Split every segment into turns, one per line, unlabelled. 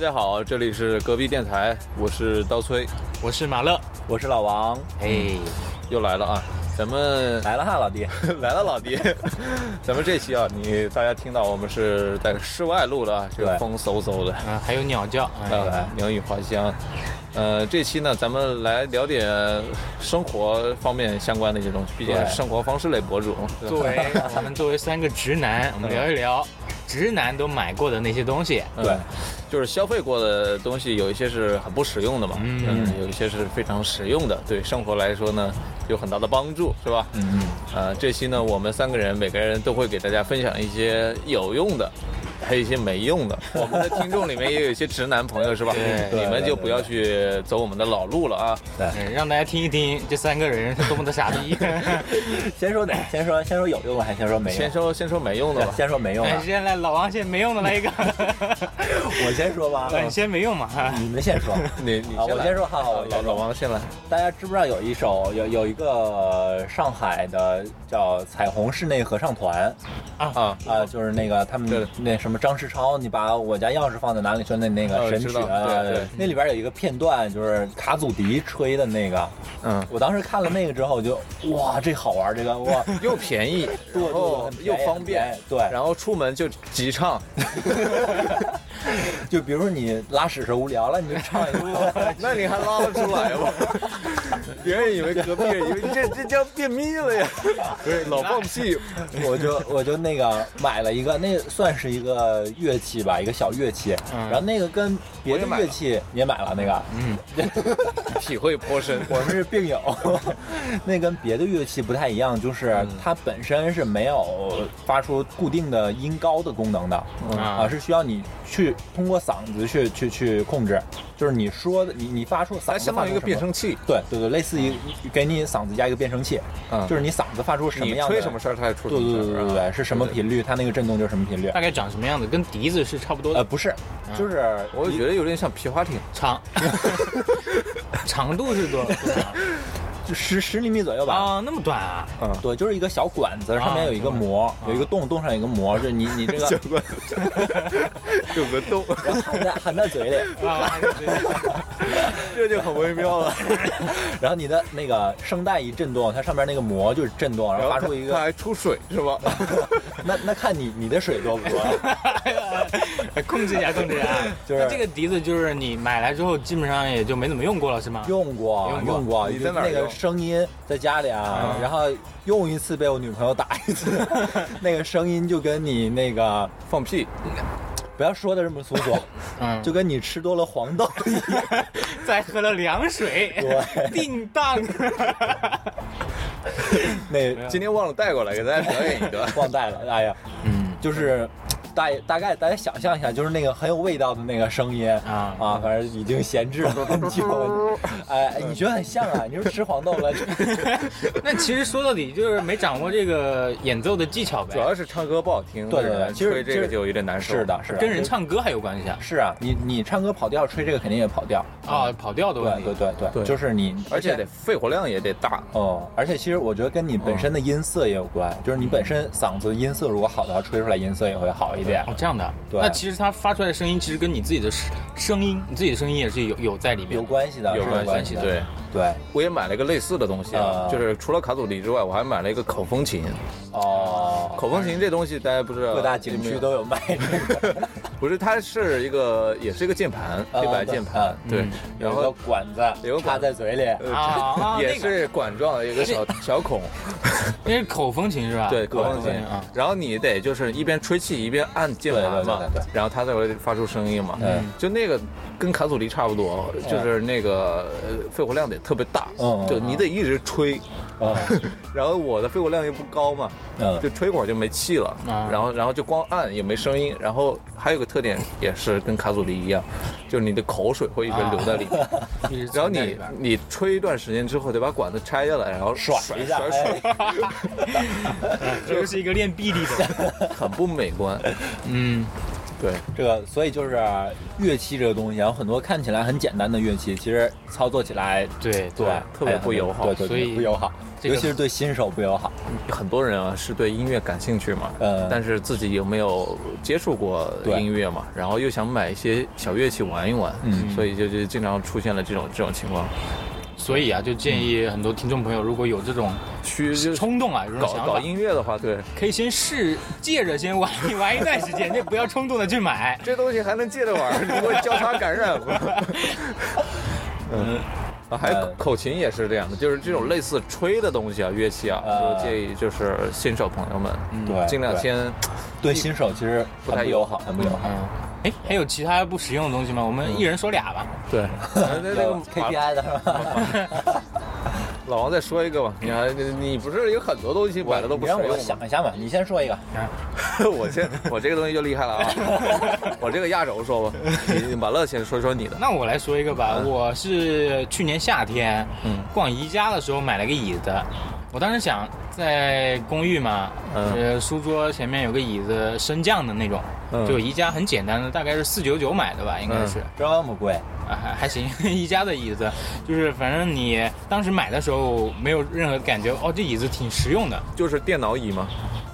家好，这里是隔壁电台，我是刀崔，
我是马乐，
我是老王，嗯
哎，
又来了啊！咱们
来了哈，老弟，
来了，老弟， 咱们这期啊，你大家听到我们是在室外录的啊，这个
对
风嗖嗖的，
嗯，还有鸟叫，
呃
哎，
啊，鸟语花香。呃，这期呢，咱们来聊点生活方面相关的一些东西，毕竟
对
是生活方式类博主。对吧
作 为我们作为三个直男，
嗯
我们聊一聊直男都买过的那些东西。
对
嗯，就是消费过的东西，有一些是很不实用的嘛，
嗯
嗯，有一些是非常实用的，对生活来说呢有很大的帮助，是吧？
嗯，
呃，这期呢，我们三个人每个人都会给大家分享一些有用的。还有一些没用的，我们的听众里面也有一些直男朋友， 是吧？
对
你们就不要去走我们的老路了啊！
嗯让大家听一听这三个人是多么的傻 逼。
先说哪？先说先说有用的，还是先说没用？
先说先说没用的
对
吧，
先说没用
哎，
的，
先来老王先没用的来 一个，
我先说吧。
哎你先没用嘛。
你们先说，
你你
啊
先
我
来
先说哈
老
我先说
老王先来，
大家知不知道有一首有有一个上海的叫彩虹室内合唱团
啊，
啊，就是那个他
对
们那什么张世超，你把我家钥匙放在哪里？就那那
哦
个神曲
知道
啊
对对，
那里边有一个片段，就是卡祖笛吹的那个。
嗯，
我当时看了那个之后，我就哇，这好玩，这个哇，
又便宜，
对
然后
对对
又方便
很便宜，对
然后出门就急唱，
就比如说你拉屎时候无聊了，你就唱一个
那你还拉得出来 吗？别人以为隔壁人以为你这这叫便秘了 呀，不是老放屁，
我就我就那个买了一个，那算是一个乐器吧，一个小乐器。
嗯
然后那个跟别的乐器你也买了那个，
嗯，
体会颇深。
我们是病友。那跟别的乐器不太一样，就是它本身是没有发出固定的音高的功能的，
嗯
啊，是需要你去通过嗓子去去去控制，就是你说的，你你发出嗓
它
子
相当于一个变
声。
声器，
对对对，类似于给你嗓子加一个变声器，
嗯
就是你嗓子发出啊什么
你
样的
吹什么声儿它也出什
对
么
对
声
对
儿
对
啊
对，是什么频率？它那个震动就是什么频率
大？概长什么样子？跟笛子是差不多
呃，
的，
不是，就是
我觉得有点像皮划艇，
长 长度是多多长？
就十十厘米左右吧。嗯
啊，那么短啊？
对，就是一个小管子，上面有一个膜，有一个洞，洞上有一个膜，就你你这 个
有个洞，
含在含在嘴里，
啊，
这就很微妙了。
然后你的那个声带一震动，它上面那个膜就是震动，然后发
它
出一
它
个，
还出水是 吧？
那那看你你的水多不多，
控制一下，控制一下。
就是
那这个笛子，就是你买来之后，基本上也就没怎么用过了，是吗？
用过
用过
用过，
你在哪儿
那个
用
声音在家里啊，然后用一次被我女朋友打一次，那个声音就跟你那个
放屁，
不要说的这么粗俗，
嗯，
就跟你吃多了黄豆一样。
再喝了凉水，
对
定 当。
那。
今天忘了带过来给大家表演一段
忘带了，哎呀，
嗯，
就是大大概大家想象一下，就是那个很有味道的那个声音
啊
嗯
啊，反正已经闲置了很 久。哎，哎你觉得很像啊？你是不是吃黄豆了？
那其实说到底就是没掌握这个演奏的技巧呗，
主要是唱歌不好听，
对对对
让人
其实
吹这
其
个
实
就有点难受。
是的，，是的
跟人唱歌还有关系啊。
是啊，你你唱歌跑调，吹这个肯定也跑调。
啊，跑调的
对
问
对
题。
对
嗯对
对，就是你，
而且得肺活量也得大。
哦，而且其实我觉得跟你本身的音色也有关，
哦
就是你本身嗓子音色如果好的话，吹出来音色也会好一点。
哦，这样的啊。
对
那其实它发出来的声音，其实跟你自己的声声音，你自己的声音也是有有在里面的。
有关系的，
有
是
关系
关系的，
对
对，
我也买了一个类似的东西啊，
啊
就是除了卡祖笛之外，我还买了一个口风琴。
哦，
口风琴这东西大家不知道，
各大景区都有卖这个。
不是，它是一个也是一个键盘，
啊
黑白键盘，
对
对
嗯，
然
有一个
后
管子
有个管嗯
插在嘴里，
啊，啊
也
那个，
是管状的，有个 小小孔，
那是口风琴是吧？
对，口风琴
啊。
然后你得就是一边吹气一边按键盘嘛
对对对对对，
然后它才会发出声音嘛
嗯。
就那个跟卡祖笛差不多，就是那个呃肺活量得特别大
嗯，嗯
就你得一直吹。
嗯
然后我的肺活量又不高嘛，
嗯
就吹一会儿就没气了，
啊
然后然后就光按也没声音，然后还有个特点也是跟卡祖笛一样，就是你的口水会一直流在里面，
啊
一直
然后
存在里
嗯你
边
你吹一段时间之后得把管子拆下来，然后
甩
甩
一下，
甩甩，
哎，
嗯 这又是一个练臂力的。
很不美观。
嗯，
对，
这个，所以就是乐器这个东西，然后很多看起来很简单的乐器，其实操作起来
对
对哎
特别不友好
对对对
所以
不友好，
这
尤
个
其是对新手不友好。
很多人啊是对音乐感兴趣嘛，
嗯
但是自己有没有接触过
对
音乐嘛？然后又想买一些小乐器玩一玩，
嗯
所以就就经常出现了这种这种情况，
所以啊，就建议很多听众朋友，如果有这种
需就
冲动啊，有这种
搞
想
搞
法，
音乐的话，对
可以先试借着先玩一玩一段时间，就不要冲动的去 买。
这东西还能借着玩， 如果交叉感 染了。嗯，啊还有口
嗯
口琴也是这样的，就是这种类似吹的东西啊，乐器啊，
呃
就建议就是新手朋友们，
对
尽量
对
先
对新手其实
不太
很
友
友
好
好，很不友好。
嗯，哎，还有其他不实用的东西吗？我们一人说俩吧。
对。那那
有
个
KPI 的是吧？
老王再说一个吧，你还你你不是有很多东西买 了都不
你
实
让
用嗯
我
吗？
想一下嘛，你先说一个。
我这我这个东西就厉害了 啊！我这个压轴说吧，你马乐先说说你的。
那我来说一个吧，我是去年夏天
嗯
逛宜家的时候买了个椅子，我当时想在公寓嘛，
嗯
呃，书桌前面有个椅子升降的那种，
嗯
就宜家很简单的，大概是四九九买的吧，应该是。
这么贵，
啊，还还行， 宜家的椅子，就是反正你当时买的时候没有任何感觉，哦，这椅子挺实用的。
就是电脑椅吗？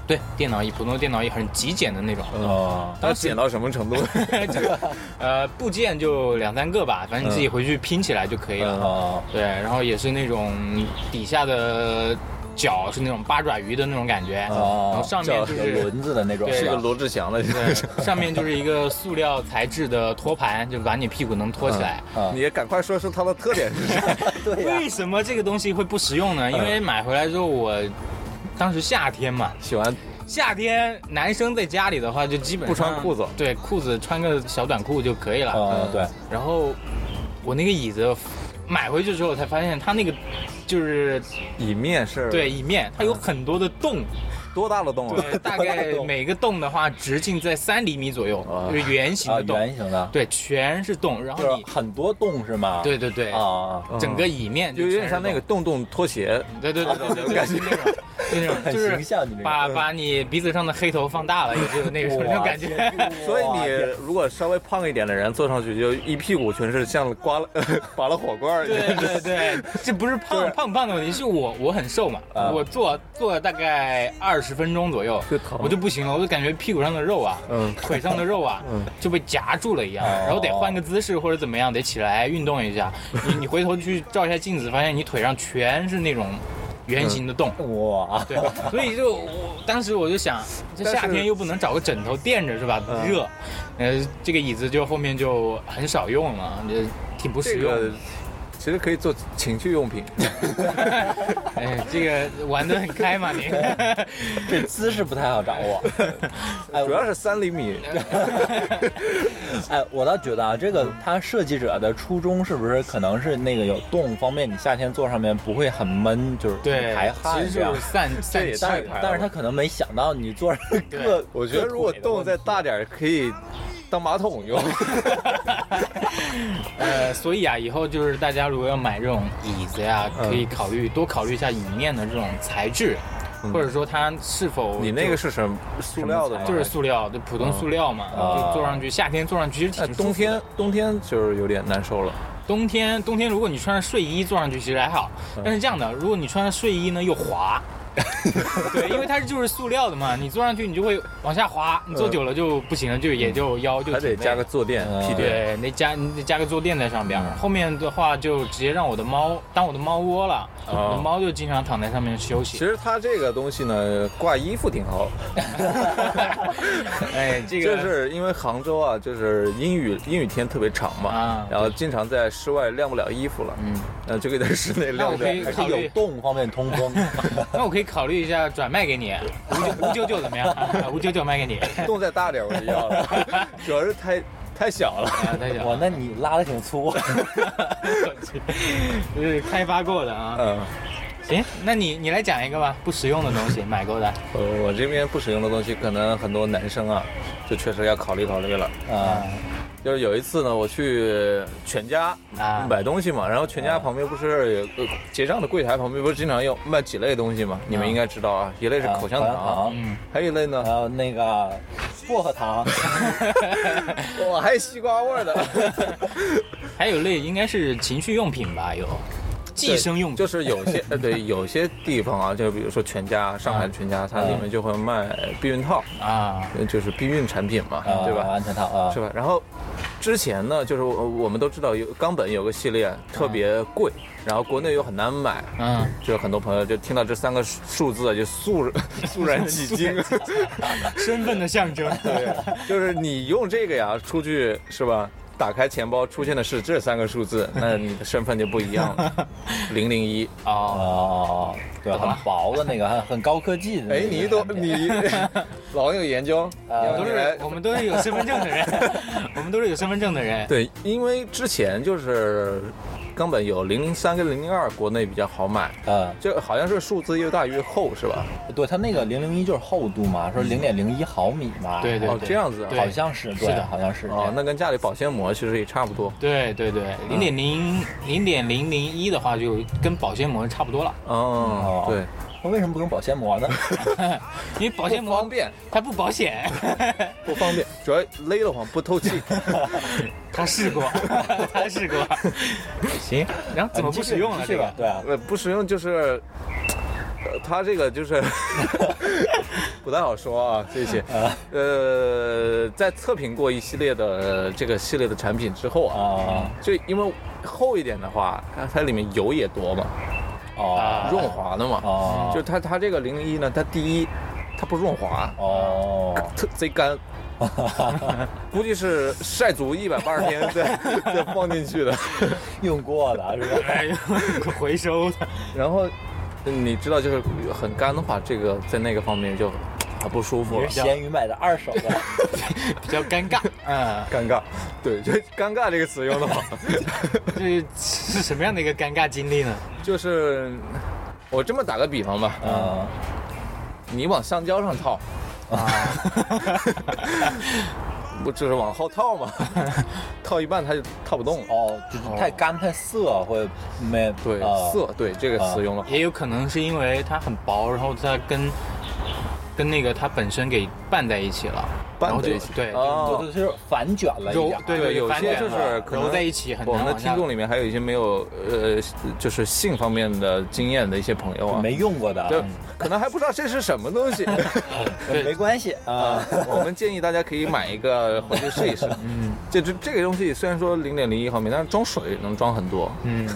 对，电脑椅，普通的电脑椅很极简的那种，
嗯
哦，
它减到什么程度？
就呃部件就两三个吧，反正你自己回去拼起来就可以
嗯
了。
哦，
对，然后也是那种底下的脚是那种八爪鱼的那种感觉，
嗯
哦
然后上面就
有
是。
轮子的那种，
对
是
吧
个罗志祥的，
对， 上面就是一个塑料材质的托盘，就把你屁股能托起来。
啊
你，也赶快说说它的特点是啥？
对呀
为，什么这个东西会不实用呢？因为买回来之后我。当时夏天嘛，
喜欢
夏天男生在家里的话，就基本上
不穿裤子
对，裤子穿个小短裤就可以了。
哦，
嗯
对，
然后我那个椅子买回去之后才发现，它那个就是
椅面是？
对，椅面，
嗯
它有很多的洞，
多大的洞啊？
对，大
大
概
洞
每个洞的话直径在三厘米左右
啊，
就是圆形
啊，
的洞，
圆形的，
对，全是洞。然
就
哦后你
是，很多洞是吗？
对对对，
啊，
嗯
整个椅面
就有点像那个
全是洞。
洞洞拖鞋，
对对对对 对对，
感觉
就是那种，就是那种，
很
就
形
是
象，你这
把
个。
把你鼻子上的黑头放大了，也就是那个时候那种感觉。
所以你如果稍微胖一点的人坐上去，就一屁股全是像刮了 拔了火罐儿一
对
样。
对对， 这不是胖胖不胖的问题，是我我很瘦嘛，
啊
我坐坐大概二十分钟左右
就疼，
我就不行了，我就感觉屁股上的肉啊，
嗯
腿上的肉啊，就被夹住了一样，
哦
然后得换个姿势或者怎么样，得起来运动一下。你你回头去照一下镜子，发现你腿上全是那种圆形的
嗯
洞。
哇，
对，所以就我当时我就想，这
但是
夏天又不能找个枕头垫着是吧？
嗯
热，呃，这个椅子就后面就很少用了，就挺不实
这
用的。
个其实可以做情趣用品。
哎，这个玩得很开嘛， 你
这姿势不太好掌握。哎，
主要是三厘 米，
哎，我倒觉得啊，这个它设计者的初衷是不是可能是那个有洞，方便你夏天坐上面不会很闷，就是
对
排，汗
其实
这样
就是。散散
也
气
太
嘛
但是
排了
但是他可能没想到你坐上
对
个，
我觉得如果洞再大点儿，可以当马桶 用。
呃，所以啊，以后就是大家如果要买这种椅子呀，
嗯
可以考虑多考虑一下椅面的这种材质，
嗯
或者说它是否
你那个是什么塑料的吗？
就是塑料，就普通塑料嘛，
啊
就坐上去，夏天坐上去其实
哎，
挺舒服的
冬天冬天就是有点难受了。
冬天冬天如果你穿着睡衣坐上去其实还好，
嗯
但是这样的，如果你穿着睡衣呢 又滑。对，因为它就是塑料的嘛，你坐上去你就会往下滑，你坐久了就不行了，就也就腰
嗯
就
还得
挺累
加个坐垫、
嗯
屁垫。
对，那加你得加个坐垫在上边儿，
嗯
后面的话就直接让我的猫当我的猫窝了，
哦
我的猫就经常躺在上面休
其
息。
实它这个东西呢，挂衣服挺好，
哎，这
就
个
是因为杭州啊，就是阴雨阴雨天特别长嘛
啊，
然后经常在室外晾不了衣服了，
嗯，
那就给在室内
那
晾
我
着
可。以
还
考
是有
虑，
洞方便通 风，
那我可以考虑一下转卖给你，五九五九九怎么样？ 啊五九九卖 给你。
洞再大点儿我就要 了，主要是太太小了。
啊，太小
哇，
了，
那你拉的挺粗，
我去 就是开发过的啊。
嗯，
行，那你你来讲一个吧，不实用的东西买过的。
呃，我这边不使用的东西，可能很多男生啊，就确实要考虑考虑了。
啊，
就是有一次呢，我去全家
啊
买东西嘛，然后全家旁边不是有个结账的柜台旁边不是经常有卖几类东西嘛？你们应该知道啊，一类 是
啊
口香
口香
糖
糖，
嗯，
还有一类呢
还，有那个薄 荷糖，
哇，还有西瓜味儿的，
还有类应该是情趣用品吧，有寄生用品，
对就是有些呃对有些地方啊，就比如说全家，上海的全家，它里面就会卖避孕套，
啊，
就是避孕产品嘛，
啊
对吧？
安全套啊
是，吧？然后之前呢，就是我我们都知道有呃冈本有个系列特别贵，然后国内又很难买，
嗯，
就很多朋友就听到这三个数数字啊就 肃肃然起敬。
身份的象征，
对，就是你用这个呀出去是吧？打开钱包出现的是这三个数 字，那你的身份就不一样 了，零零一。
哦，
哦，对，很薄的那个，还很高科技的那个
哎，
产品。
你懂你 啊老有研究，要
呃
都
不你
是
来
我们都是有身份证的 人，我们都是有身份证的人，
对，因为之前就是冈本有零零三跟零零二，国内比较好买。
嗯，
就好像是数字越大越厚是吧？
对，它那个零零一就是厚度嘛，说零点零一毫米嘛，
对对
哦，这样子啊
对
好像是，
是
对，
的
好像是这样。
哦，那跟家里保鲜膜其实也差不多。
对对对，零点零零点零零一的话，就跟保鲜膜差不多了，
哦
哦，
对，
那为什么不用保鲜膜呢？
因为保鲜
不方
膜
便，
它不 保险，
不方便，主要勒得慌，不透气。
他试 过，他试过， 行，然后怎么不使用了
是
这
吧
个？？
对啊，
呃，不实用就是，呃它这个就是 不太好说啊，这 些。呃，在测评过一系列的、呃这个系列的产品之后啊，
啊
就因为厚一点的话，它它里面油也多嘛，
哦
啊
润滑的嘛。
哦，
就它它这个零零一呢，它第一它不润滑，
哦，
特贼 干，估计是晒足一百八十天 再再放进去的。
用过的是吧？
哎呦，回收的，
然后你知道，就是很干的话，这个在那个方面就很不舒服
你
了
是，咸鱼买的二手的，
比较尴尬， 嗯，
尴 尬。对，就尴尬这个词用的好，
这是什么样的一个尴尬经历呢？
就是我这么打个比方吧，
嗯，
你往橡胶上套，
啊，
不就是往后套吗？套一半它就套不动
啊
了。
哦，就是太干太涩会没
对，
啊
色，对这个词用的好。
也有可能是因为它很薄，然后它跟跟那个它本身给拌在一起了，
拌
然后
在
就
一起
对，
哦
对，就是反卷了一
揉
点儿，
对
对，有
翻
些
卷
就是
了
可
揉
能
在一起很难
我们的
往下
听众里面还有一些没有呃，就是性方面的经验的一些朋友啊，
没用过的，
就可能还不知道这是什么东西。
对
没关系啊，
我们建议大家可以买一个回去试一试。嗯，这这这个东西虽然说零点零一毫米，但是装水能装很多。
嗯，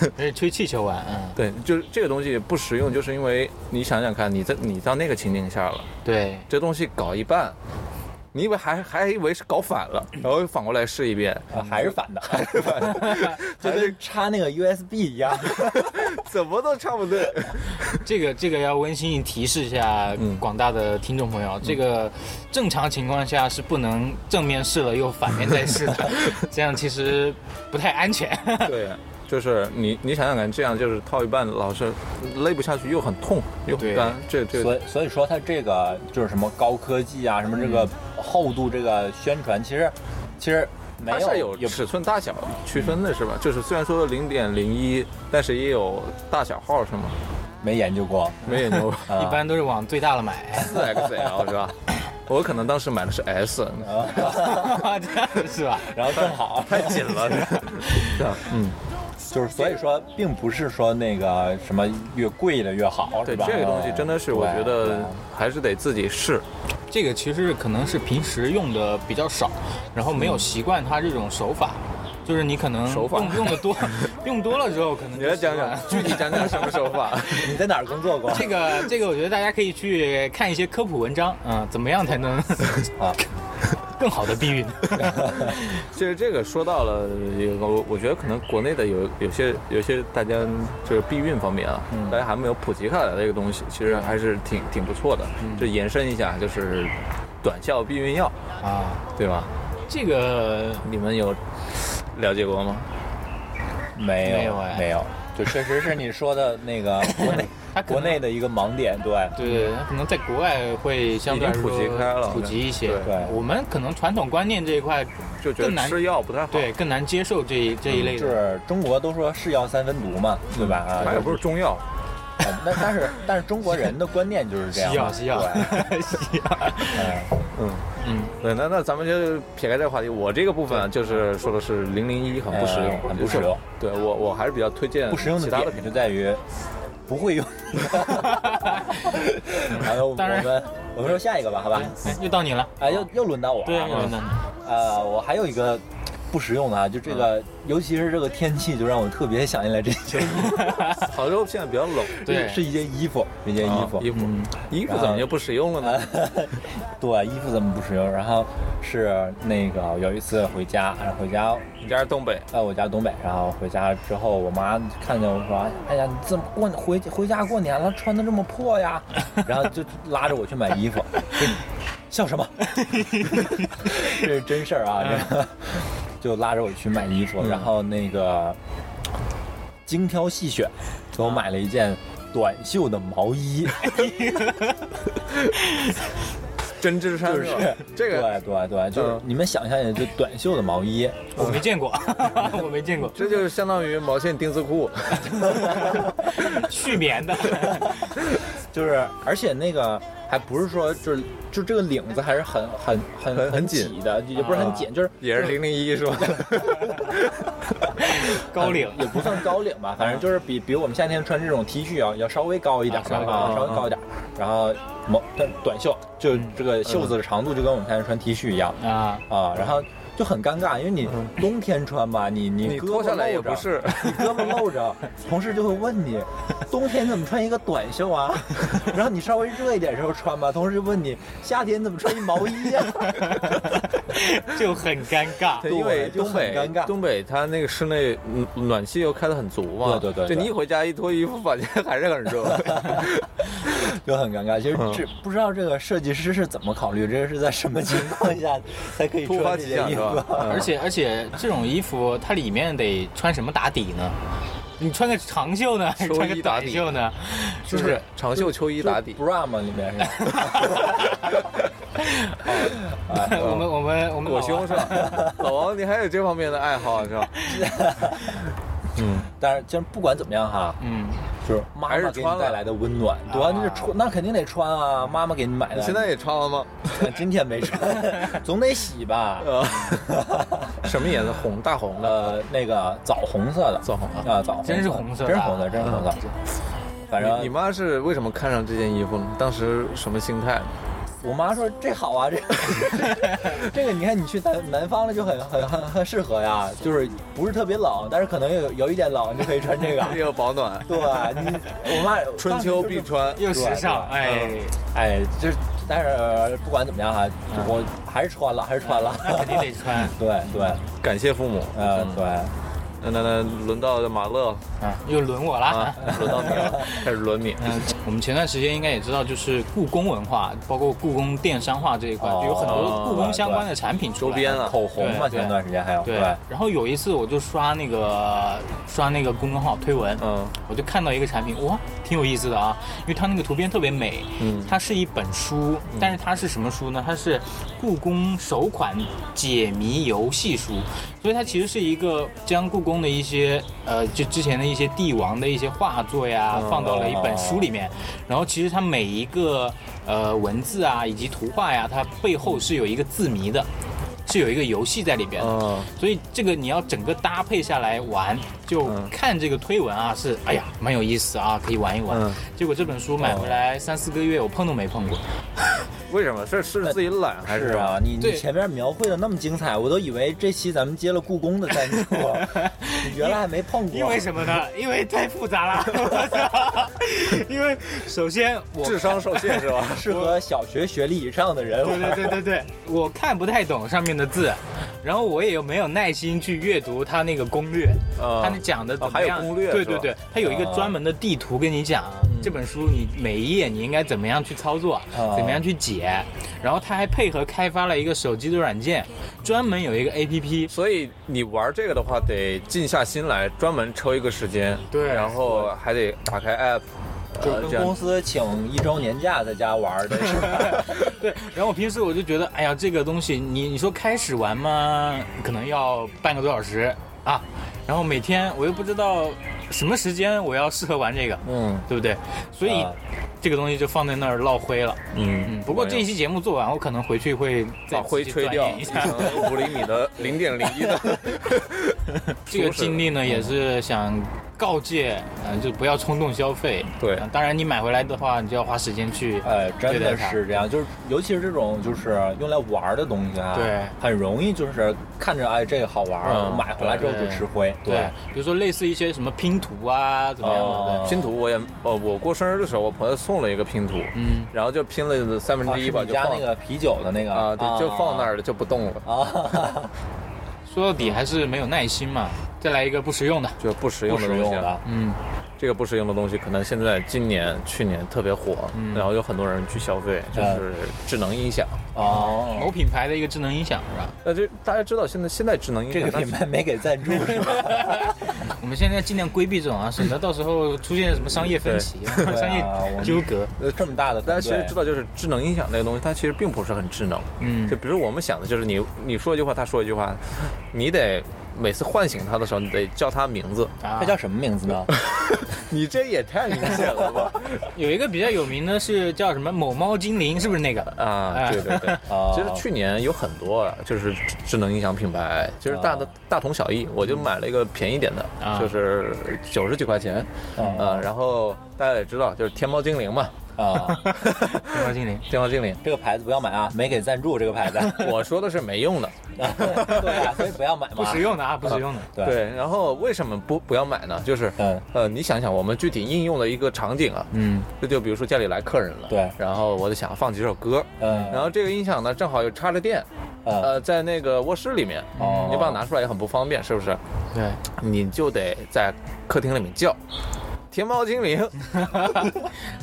而且吹气球玩，嗯，
对，就是这个东西不实用，就是因为你想想看，你在你到那个情境下了，
对，
这东西搞一半，你以为还还以为是搞反了，然后反过来试一遍，
啊还 是反的，还是反的，就跟插那个 USB 一样，
怎么都差不多。
这个这个要温馨提示一下
嗯
广大的听众朋友，这个正常情况下是不能正面试了又反面再试 的，这样其实不太安全。
对，就是你你想想看，这样就是套一半，老是勒不下去，又很痛，又很
对
干，这这
所以所以说它这个就是什么高科技
嗯
啊，什么这个厚度这个宣传，其实其实没
它是
有
有尺寸大小区分的是吧？就是虽然说零点零一，但是也有大小号是吗？
没研究 过，
没研 究
啊
一般都是往最大的买，
四 XL 是吧？我可能当时买的是 S，
这样是吧？
然后正好
太紧了，是吧？嗯，
就是所以说，并不是说那个什么越贵的越好，
对，
是吧？
这个东西真的是我觉
对啊
得
对
还是得自己试。
这个其实可能是平时用的比较少，然后没有习惯它这种手法，就是你可能
手法
用用的多， 用多了之后可能
你
就
来
习
讲
惯
讲
了，
具体讲讲什么手法？
你在哪儿工作过？
这个这个，我觉得大家可以去看一些科普文章，嗯、怎么样才能
啊
更好的避孕？
其实这个说到了有个，我我觉得可能国内的有有些有些大家就是避孕方面啊，
嗯
大家还没有普及开来的这个东西，其实还是挺挺不错的。
嗯
就延伸一下，就是短效避孕药，
啊，
对吧？
这个
你们有了解过吗？
没有
没有 哎
没有，就确实是你说的那个国内
它可
国
能
内的一个盲点，对
对对，它可能在国外会相对来
已经普
说
及开了
普及一些。
对
我们可能传统观念这一块，
就觉
更
得
难
吃药不太好。
对，更难接受这一这一类
就
的。
是中国都说是药三分毒嘛，对吧？啊，
买嗯的不是中药，
啊那但是但是中国人的观念就是这样
西
嘛，
药，西药
对，
西药。
哎
嗯，
嗯，
对，那那咱们就撇开这个话题，我这个部分啊就是说的是零零一很不实用，
呃很不实用。
对我我还是比较推荐
不实用的
其他的
点
品
就在于不会用。然后我
当然
们我们说下一个吧，好吧？
哎又到你了。
啊，又又轮到我了。
对，又到你了。
呃，我还有一个不实用的啊，就这个，尤其是这个天气，就让我特别想起来这件衣服，
牌，杭州现在比较冷，
对，
是一件衣服，一件衣服
啊。衣服
嗯
衣服怎么就不实用了呢？
对，衣服怎么不实用？然后是那个有一次回家，然后回家
你家是东北，
在我家东北，然后回家之后，我妈看见我说：“哎呀，你怎么过回回家过年了，穿的这么破呀？”然后就拉着我去买衣服，就笑什么？ 这是真事儿啊，这
嗯
个 就拉着我去买衣服，然后那个精挑细选，给我买了一件短袖的毛衣，
针织衫
就是
吧
是
哎 这个，
对对对，就是
嗯
你们想象一下，就短袖的毛衣，
我没见过，我没见过，
这就是相当于毛线丁字裤，
续棉的。
就是，而且那个还不是说就是就这个领子还是很很很
很很紧
紧的，也不是很紧，就是
也是零零一是吧？
高领
嗯也不算高领吧，反正就是比比我们夏天穿这种 T 恤要要稍微高一点
啊稍微高
啊，稍微
啊
高一点。然后毛短短袖，就这个袖子的长度就跟我们夏天穿 T 恤一样
啊，
啊，然后。就很尴尬，因为你冬天穿吧，你
你
你胳
脱
膊
下来也
露着
不是
你胳膊露着，同事就会问你，冬天怎么穿一个短袖啊？ 然后你稍微热一点的时候穿吧，同事就问你夏天怎么穿一毛衣啊？
就很尴尬。
对，因为
就
东
很
北
尴尬
东北它那个室内嗯暖气又开得很足嘛，
对对对
就
对
你一回家一脱衣服，发现还是很热。
就很尴尬。其实
嗯
这不知道这个设计师是怎么考虑，这个是在什么情况 下才可以
突发
穿这
奇
件
想
衣
是
服？啊
吧？ 嗯
而且而且这种衣服它里面得穿什么打底呢？你穿个长袖呢，还是
秋衣
穿个
打
短
底
袖呢？
就是啊是长袖秋衣打底，
bra 嘛，里面是
我们我们我
嗯
们
裹胸是吧？老王，你还有这方面的爱好是吧？
但是就是不管怎么样哈，
嗯，
就是妈
还是
妈给你
穿了
带来的温暖，对啊吧？那就穿，那肯定得穿啊，妈妈给你买的。
你现在也穿了吗？
今天没穿，总得 洗吧？
呃，什么颜色？红，大红的。
呃，那个枣红色的，
枣红
啊，枣红色，
真是红色的
真是红色，真是红色。反
你你
正
妈是为什么看上这件衣服呢？当时什么心 态？
我妈说这好啊，这这个你看你去南南方了就很很很很适合呀，就是不是特别冷，但是可能有有一点冷，你就可以穿 这个。
又保暖，
对吧？你我妈
春秋必。穿。
又时
啊
尚，
对
哎，
嗯
哎，就是但是呃不管怎么样哈，我还是穿了，还是穿了。
那肯定得穿
对对，
感谢父母。
呃
嗯，
对。
那那那轮到马乐
啊，又轮我啦。
啊，轮到你了，开始轮你。
嗯，我们前段时间应该也知道，就是故宫文化，包括故宫电商化这一块，
哦
就有很多故宫相关的产品出
周
来。
边啊，
口红
对
嘛，
对
前段时间还有
对
对，
然后有一次我就刷那个刷那个公众号推文，
嗯
我就看到一个产品，哇，挺有意思的啊，因为它那个图片特别美。
嗯
它是一本书，但是它是什么书呢？它是故宫首款解谜游戏书，所以它其实是一个将故宫的一些呃，就之前的一些帝王的一些画作呀，
嗯哦
放到了一本书里面。然后其实它每一个呃文字啊，以及图画呀，它背后是有一个字谜的，是有一个游戏在里边的。
嗯，
所以这个你要整个搭配下来玩，就
嗯
看这个推文啊，是哎呀蛮有意思啊，可以玩一玩。
嗯哦
结果这本书买回来三四个月，我碰都没碰过。
为什么？是是自己懒还
是
是？
啊，你
对
你前面描绘的那么精彩，我都以为这期咱们接了故宫的赞助， 你原来还没碰过。
因为什么呢？因为太复杂了。 我操！因为首先我
智商受限是吧？
适合小学学历以上的 人
对
玩
对对对对，我看不太懂上面的字，然后我也没有耐心去阅读它那个攻略，
啊
它那讲的怎么
啊
样？
还有攻略
对
是
对
吧嗯
对，它有一个专门的地图跟你讲、这本书你每一页你应该怎么样去操作，
哦
啊
怎么样去解，然后它还配合开发了一个手机的软件，专门有一个 APP，
所以你玩这个的话，得静下心来，专门抽一个时间，
对
然后还得打开 app，
就是
呃这
跟
样
公司请一周年假在家玩儿的是吧？
对，然后我平时我就觉得，哎呀，这个东西你你说开始玩嘛，可能要半个多小时啊，然后每天我又不知道什么时间我要适合玩这个，
嗯
对不对？所以
啊
这个东西就放在那儿落灰了。
嗯
嗯，不过这一期节目做完，我可能回去会再
把灰
仔细
吹
钻
掉
研一下。，
嗯
五厘米的零点零一的，
这个经历呢，也是想告诫，嗯、就不要冲动消费。
对
啊当然你买回来的话，你就要花时间去。
哎，真
对
的
待它
是这样，就是尤其是这种就是用来玩儿的东西啊，
对
很容易就是看着哎这个好玩儿，
嗯
买回来之后就
对
吃灰，
对，比如说类似一些什么拼图啊，怎么样的？对
哦
拼图我也，哦，我过生日的时候，我朋友送了一个拼图，
嗯，
然后就拼了三分
啊
之一
是
吧，
你
就
家
放
那个啤酒的那个
啊，对，就放那儿了，就不动了，
啊，
说到底还是没有耐心嘛。再来一个不实用的，
就不实
不
用的
实
东
用
西啊。
的，
嗯，
这个不实用的东西，可能现在今年、去年特别火，
嗯
然后有很多人去消费，
啊
就是智能音响。
哦，
某品牌的一个智能音响是吧？
那这大家知道，现在现在智能音
这
响
个
它
品牌没给赞助是吧？
我们现在尽量规避这种啊，省得到时候出现什么商业分歧、
对
商
啊 我
业
们
纠葛。
呃这么大的
大家
团
其实
队
知，道，就是智能音响这个东西，它其实并不是很智能。
嗯
就比如我们想的就是你你说一句话，他说一句话，你得每次唤醒他的时候，你得叫他名 字。
啊
它叫什么名字 呢？
你这也太明显了吧！
有一个比较有名的是叫什么某猫精灵，是不是那个？
啊，
哎
对 对对。
啊，
其实去年有很多啊就是智智能音响品牌，其实大的
啊
大同小异。我就买了一个便宜点的，
啊
就是九十几块钱，
啊
啊，然后大家也知道，就是天猫精灵嘛，
啊，
某猫精灵。
天猫精灵。
这个牌子不要买啊，没给赞助这个 牌子，
我说的是没用的，
对啊，所以不要买嘛，
不实用的啊，不实用的。
对
对。然后为什么不不要买呢？就是，
嗯
呃，你想想我们具体应用的一个场景啊，
嗯，
就就比如说家里来客人了，
对
然后我就想放几首歌，
嗯，
然后这个音响呢正好又插着电，
嗯
呃，在那个卧室里面，
哦
你把它拿出来也很不方便，是不是？
对，
你就得在客厅里面叫。天猫精灵，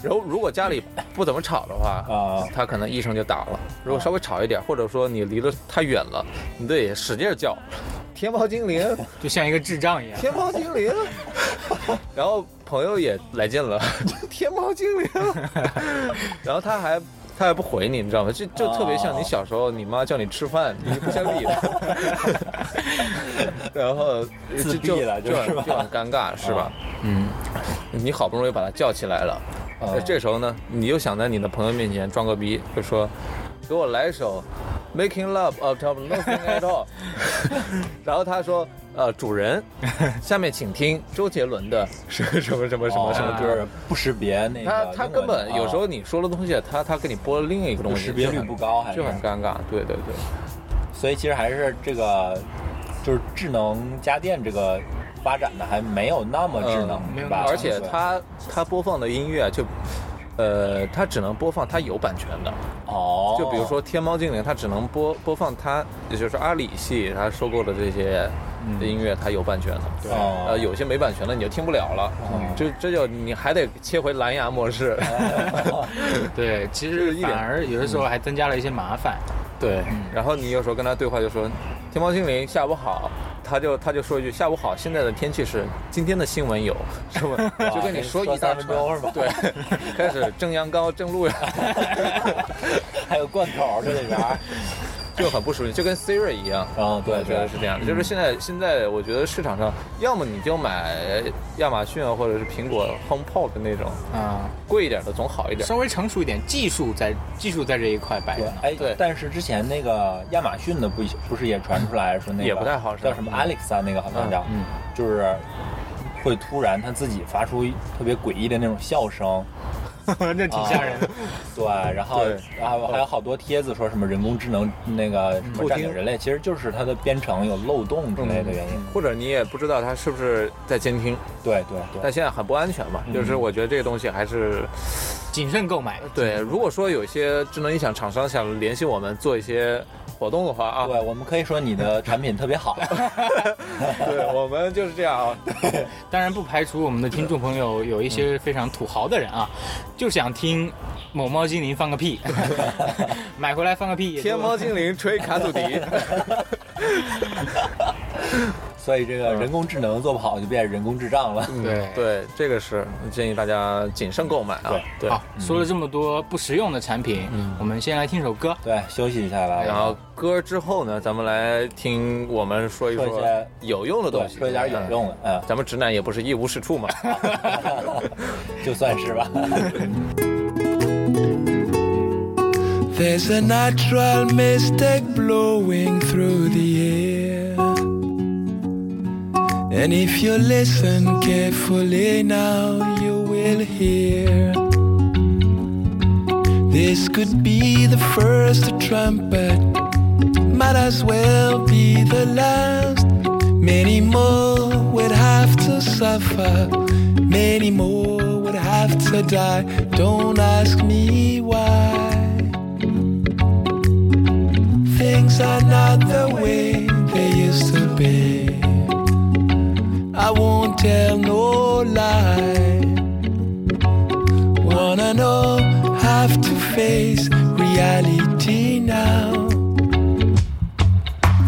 然后如果家里不怎么吵的话，
啊
它可能一声就打了。如果稍微吵一点，或者说你离得太远了，你得使劲叫，天猫精灵，
就像一个智障一样。
天猫精 灵。然后朋友也来劲了，天猫精灵。然后他还他还不回你，你知道吗？就就特别
哦
像你小时候，你妈叫你吃饭，你不想理她。 然后
自闭了
就
就是吧哦
就很尴尬，是吧？
嗯，
你好不容易把他叫起来了，
啊
那这时候呢，你又想在你的朋友面前装个逼，就说给我来一首 Making Love of Top Nothing at All，然后他说呃主人，下面请听周杰伦的什么什么什么什么什么
就
歌。
是哦不识别那
他他
个英文
根本有时
啊
候你说的东西，他他给你播了另一个东西，
识别率
就很
不高还是
就很尴尬。对对对，
所以其实还是这个，就是智能家电这个发展的还没有那么智能，
嗯
没有那
对吧？
么
而且他他播放的音乐啊就，呃，他只能播放他有版权的。
哦，
就比如说天猫精灵，它只能播播放它，也就是阿里系它收购的这些音乐，它有版权的。
对
哦，
呃，有些没版权的你就听不了了，
嗯
这这就你还得切回蓝牙模式。
哦
对，其
这
实
是一点
反而有的时候还增加了一些麻烦。
对，
嗯
然后你有时候跟他对话就说，天猫精灵下午好，他就他就说一句下午好，现在的天气是今天的新闻 有是吧？就跟你说一大
三分
串，
钟是吧？
对，开始蒸羊羔蒸鹿呀，
还有罐头这里边儿，
就很不熟悉，就跟 Siri 一样。
嗯，
我
对
觉得
对
是这样的，就是现在现在我觉得市场上，要么你就买亚马逊啊，或者是苹果 HomePod 那种
啊，
贵一点的，总好一点。
稍微成熟一点，技术在技术在这一块摆着
对
呢。，
哎，
对
但是之前那个亚马逊的不不是也传出来说那个
也不太好是吧
叫什么 Alexa 那个好像
嗯
叫，
嗯
就是会突然它自己发出特别诡异的那种笑声，啊
那挺吓人的。
对，然后
对哦
然后还有好多帖子说什么人工智能那个什么占领人类，其实就是它的编程有漏洞之类的原因。
或者你也不知道它是不是在监听，
对对对，嗯
但现在很不安全嘛。就是我觉得这个东西还是
谨慎购买，
对。
嗯
如果说有些智能音响厂商想联系我们做一些活动的话啊，
对，我们可以说 你的产品特别好，
对，我们就是这样 啊。
当然不排除我们的听众朋友有一些非常土豪的人啊，就想听某猫精灵放个 屁，买回来放个屁也就。
天猫精灵吹卡祖笛，
所以这
嗯
个人工智能做不好就变人工智障了。
对
对，这个是建议大家谨慎购买啊。对，
好，说了这么多不实用的产品，我们先来听首歌。
对，休息一下吧。
然后歌之后呢，咱们来听我们说一
说一
说
些
有用的东
对，
西，
说一点有用的，嗯，
咱们直男也不是一无是处嘛。
就算是吧。
There's a natural mistake blowing through the air. And if you listen carefully now, you will hear. This could be the first trumpet, might as well be the last. Many more would have to suffer, many more would have to die. Don't ask me why things are not the way they used to be. I won't tell no lie. Wanna know, have to face reality now.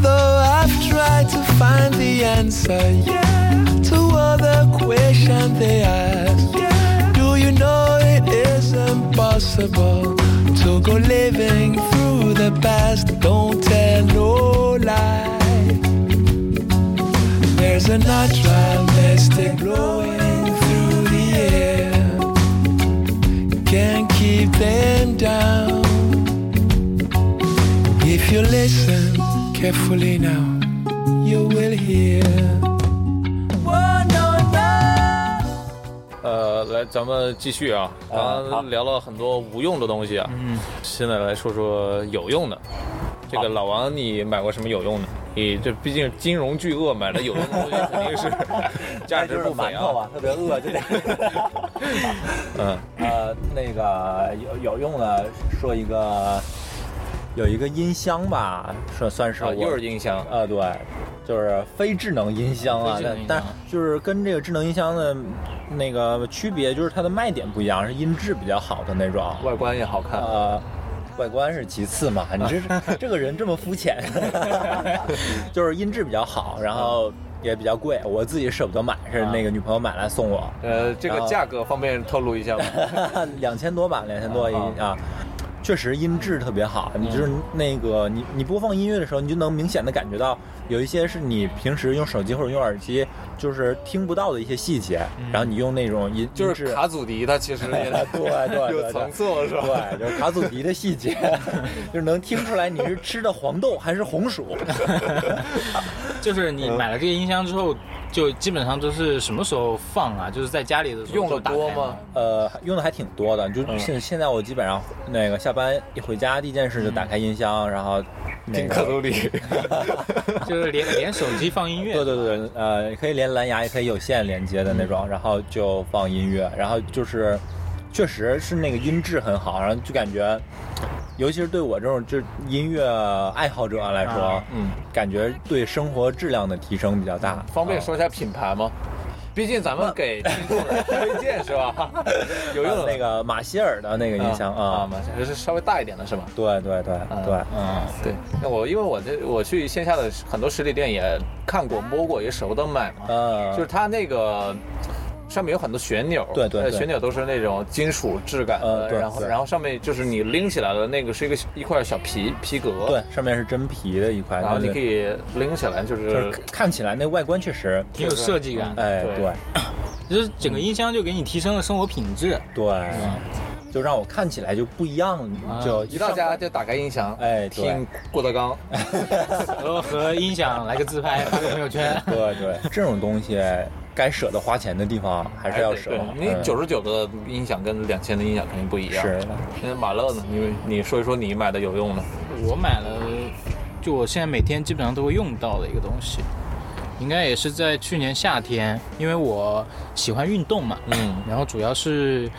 Though I've tried to find the answer, yeah, to all the questions they ask. Yeah. Do you know it is impossible to go living through the past? Don't tell no lie. There's a natural mystic blowing through the air. Can't keep them down. If you listen carefully now, you will hear. One on one.
呃，来，咱们继续啊，
啊
刚
好
刚聊了很多无用的东西啊，嗯，现在来说说有用的。这个老王，你买过什么有用的？你这毕竟金融巨鳄买的有用的东西，肯定 是 价值
就是
不菲
馒头
啊。
啊，特别饿就得。
嗯，
呃，那个有有用的，说一个，有一个音箱吧，算算是
啊，
我
又是音箱，
啊，对，就是非智能音箱啊
非，智能
但
音箱
但就是跟这个智能音箱的那个区别，就是它的卖点不一样，是音质比较好的那种，
外观也好看。
呃，外观是其 次嘛，你这是这个人这么肤浅，就是音质比较好，然后也比较贵，我自己舍不得买，是那个女朋友买来送我，
呃，这个
然后
价格方便透露一 下吗？
两千多吧，两千多一
啊嗯
啊。确实音质特别好，你就是那个你你播放音乐的时候，你就能明显的感觉到有一些是你平时用手机或者用耳机就是听不到的一些细节，然后你用那种音
嗯就
音
是
质啊
卡祖笛，它其实也
对对对对
有层次了，是吧？
对，就是卡祖笛的 细节，就是能听出来你是吃的黄豆还是 红薯。
就是你
嗯
买了这个音箱之后，就基本上都是什么时候放啊？就是在家里的时候
用的
就打开
多吗？
呃，用的还挺多的，就
嗯
现现在我基本上那个下班一回家，第一件事就打开音箱，然后那
听
个
卡祖笛，
就是连连手机放音乐。
对对对，呃，可以连蓝牙，也可以有线连接的那
嗯
种，然后就放音乐，然后就是确实是那个音质很好，然后就感觉，尤其是对我这种就是音乐爱好者来说，
啊
嗯，
感觉对生活质量的提升比较大。
方便说一下品牌吗？毕竟咱们给听众来推荐是 吧？有用的
呃那个马歇尔的那个音箱
啊
啊，，
马上就是稍微大一点的是吧？
对对对对，嗯，
对，那我因为我这我去线下的很多实体店也看过、摸过，也舍不得买嘛。
嗯
就是它那个上面有很多旋钮，
对对
呃
对
旋钮都是那种金属质感的，
嗯对
然后
对
然后上面就是你拎起来的那个是一个一块小皮皮革，
嗯对，，上面是真皮的一块，
然后你可
对
以拎起来，就
就是
是
看起来那外观确实，
挺有设计感的，
哎，
对
对
就是整个音箱就给你提升了生活品质。
对，就让我看起来就不一样，就
一到家就打开音响，
哎对
听郭德纲，
嗯
和和音响来个自拍，发个朋友圈。
对对，这种东西该舍得花钱的地方还是要
哎
舍
对。对你
嗯
九十啊九的音响跟两千的音响肯定不一样。
是，
那马乐呢？你你说一说你买的有用的，
我买了，就我现在每天基本上都会用到的一个东西，应该也是在去年夏天，因为我喜欢运动嘛，
嗯，
然后主要是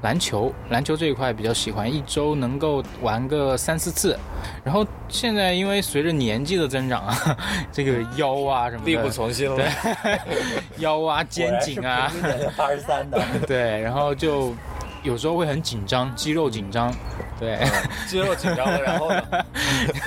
篮球，篮球这一块比较喜欢，一周能够玩个三四次。然后现在因为随着年纪的增长啊， 这个腰啊什么的，
力不从心了。
腰啊、肩颈啊，
八十三的，
对，然后就有时候会很紧张，肌肉紧张，对，
嗯
肌肉紧张了，然后呢？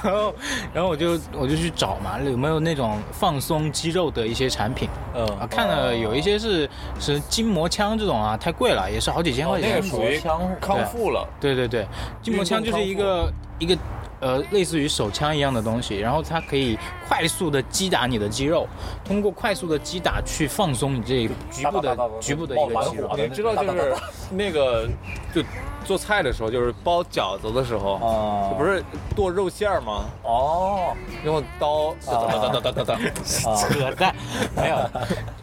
然后然后我就我就去找嘛，有没有那种放松肌肉的一些产品啊？
嗯，
看了有一些是是筋膜枪这种啊，太贵了，也是好几千
哦
块钱。
那个属于
枪是
啊康复了，
对对对，筋膜枪就是一个一个呃，类似于手枪一样的东西，然后它可以快速的击打你的肌肉，通过快速的击打去放松你这局部
打打打打
的
打
局部的一个肌
冒
肉
满。
啊你知道就
哒哒
是
哒
那个就做菜的时候，就是包饺子的时候，
啊，
不是剁肉馅儿吗？
哦，
用刀啊哒哒哒哒哒哒，
啊，
扯淡， 没有。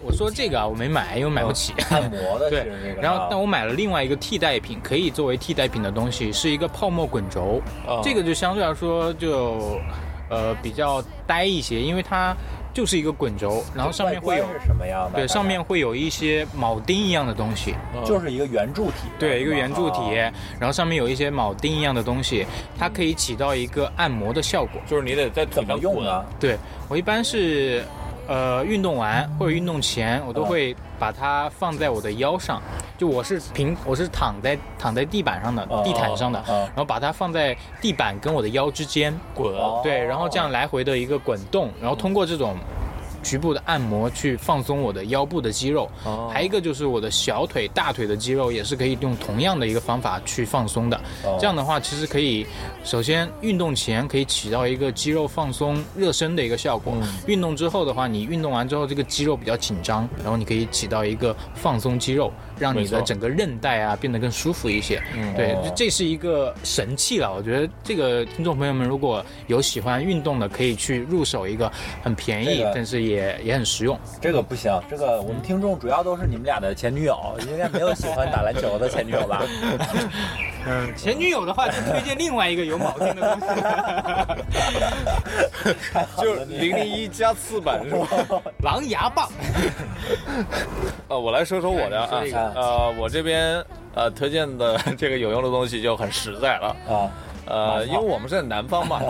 我说这个啊，我没买，因为我买不起。
按摩的其
对
实这，个。啊
然后但我买了另外一个替代品，可以作为替代品的东西，是一个泡沫滚轴。
啊
哦
这个就相对来说就呃比较呆一些，因为它就是一个滚轴，然后上面会有
外观是什么样的？
对上面会有一些铆钉一样的东西，
就是一个圆柱体，
对一个圆柱体，
啊
然后上面有一些铆钉一样的东西，它可以起到一个按摩的效果。
就是你得在腿
怎么
上
用
滚
啊？？
对我一般是，呃，运动完或者运动前，我都会把它放在我的腰上，就我是平，我是躺在躺在地板上的
哦，
地毯上的，
哦
然后把它放在地板跟我的腰之间，
滚
哦
对，然后这样来回的一个滚动，然后通过这种。局部的按摩去放松我的腰部的肌肉，
哦
还有一个就是我的小腿、大腿的肌肉也是可以用同样的一个方法去放松的。
哦
这样的话，其实可以首先运动前可以起到一个肌肉放松、热身的一个效果。运动之后的话，你运动完之后这个肌肉比较紧张，然后你可以起到一个放松肌肉，让你
没错
的整个韧带啊变得更舒服一些。
嗯
对，
哦
这这是一个神器了。我觉得这个听众朋友们如果有喜欢运动的，可以去入手一个，很便宜，
这个
哎但是也也很实用。
这个不行，这个我们听众主要都是你们俩的前女友， 应该没有喜欢打篮球的前 女友吧？
嗯，前女友的话就推荐另外一个有铆钉的东西。
就是零零一加四版是吧？
狼牙棒，
呃，我来说说我的啊
哎你说这，
个
呃，我这边呃推荐的这个有用的东西就很实在了。
啊，
呃，因为我们是在南方 嘛，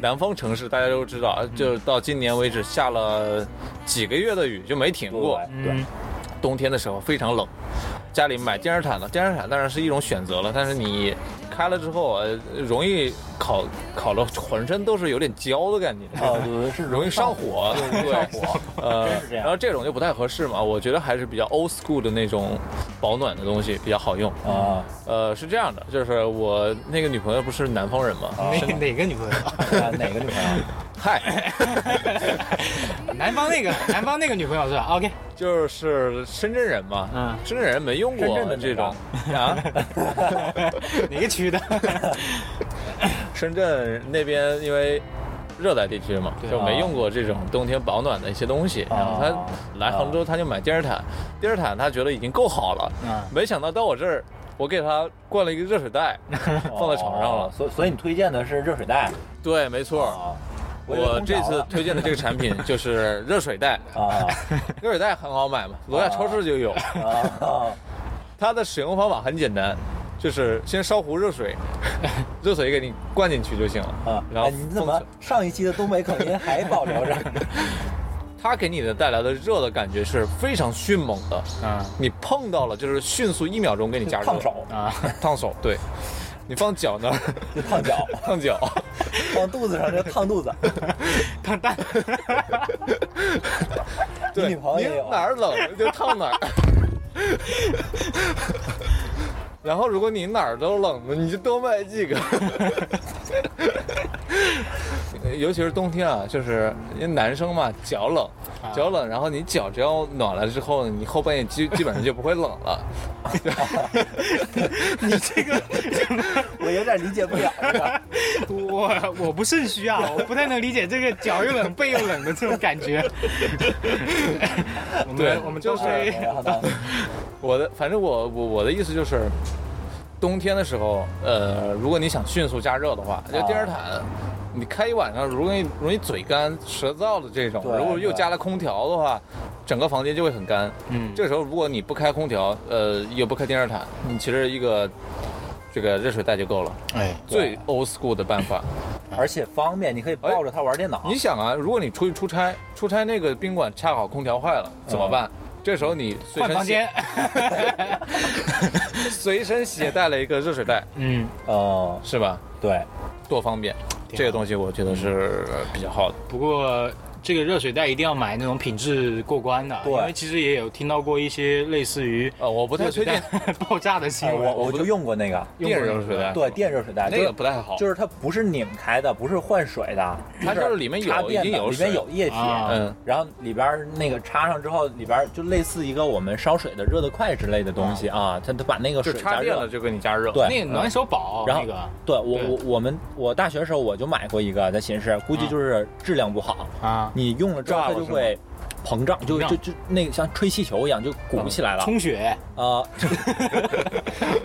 南方城市大家都知道，啊
嗯
就是到今年为止下了几个月的雨就没停
对
过。
嗯
嗯
对，
冬天的时候非常冷，家里买电热毯了，电热毯当然是一种选择了，但是你开了之后，呃，容易烤烤的浑身都是有点焦的感觉。
哦，对是
呃容易上火，对，
上火，
呃
真是这，样
然后这种就不太合适嘛，我觉得还是比较 old school 的那种保暖的东西比较好用。
啊，
呃，是这样的，就是我那个女朋友不是南方人嘛，
啊
哪哪个女朋友？
啊哪个女朋友？
嗨，
南方那个，南方那个女朋友是吧？OK，
就是深圳人嘛，
嗯
深圳人没用
深
过
圳的
这
那
种啊，
哪个区的？
深圳那边因为热带地区嘛，
对
就没用过这种冬天保暖的一些东西。
啊
然后他来杭州，他就买电热毯，电热毯他觉得已经够好了，
嗯
啊
没想到到我这儿，我给他灌了一个热水袋， 放在床上
哦
了。
所以所以你推荐的是热水袋
对，没错。
啊？以为
我
空
这
调
次
呢
推荐的这个产品就是热水 袋，
啊
热水袋很好买嘛，楼下超市就有。
啊，
它的使用方法很简单，就是先烧壶热水， 热水给你灌进去就行了。
啊，
然后
哎你怎
封
么
起来
上一期的东北口音还保 留着？
它给你的带来的热的感觉是非常迅猛的，
啊
你碰到了就是迅速一秒钟给你加热。
烫手，
啊，
烫手，对，你放脚 那儿，
就烫脚，
烫脚，
放肚子上就烫肚子。
蛋蛋，
对，
女朋友也有
你哪儿冷就烫哪儿。 然后，如果你哪儿都冷的，你就多买几个。 尤其是冬天啊，就是因为男生嘛，脚冷，脚冷，然后你脚只要暖了之后，你后半夜基基本上就不会冷了。
你这个
我有点理解不了这个。
我我不甚虚啊，我不太能理解这个脚又冷背又冷的这种感 觉。我
对
们我们
就
都
是
是
啊然后呢？
我的，反正我我我的意思就是，冬天的时候，呃，如果你想迅速加热的话，
啊
这电热毯，你开一晚上容易容易嘴干舌燥的这种，
对
如果又
对
加了空调的话，整个房间就会很干。
嗯
这时候如果你不开空调，呃，也不开电热毯，你其实一个这个热水袋就够了，
哎，
最 old school 的办法。
而且方便，你可以抱
哎
着它玩电脑。
你想啊，如果你出去出差，出差那个宾馆恰好空调坏了，怎么办？这时候你随
嗯换
身
房
携
间。
随身携带了一个热水袋，
嗯，
哦，
是吧？
对，
多方便，这个东西我觉得是
嗯
呃比较好的。
不过这个热水袋一定要买那种品质过关的，
对
因为其实也有听到过一些类似于
呃，我不太
热水
推
袋
荐
爆炸的新
哎
闻。
我我就用过那个，
用
电
过
热水袋，哎
对，电热水袋，
那
就
个
是
不太好，
就是它不是拧开的，不是换水的，
它就是里面有
插电
已经
的
有
里面
水
有液体，
啊
嗯
然后里边儿那个插上之后，里边儿就类似一个我们烧水的热得快之类的东西啊，它它把那个
就
水加
插电
热
了就给你加热。
对
那个暖手宝，
嗯然后啊
那个
对我
对
我我们我大学的时候我就买过一个在寝室，估计就是质量不好，
啊，
你用了之后
啊炸了
它就是
吗
会膨胀，就
膨胀
就就那个像吹气球一样就鼓起来了
充 血
哦
啊。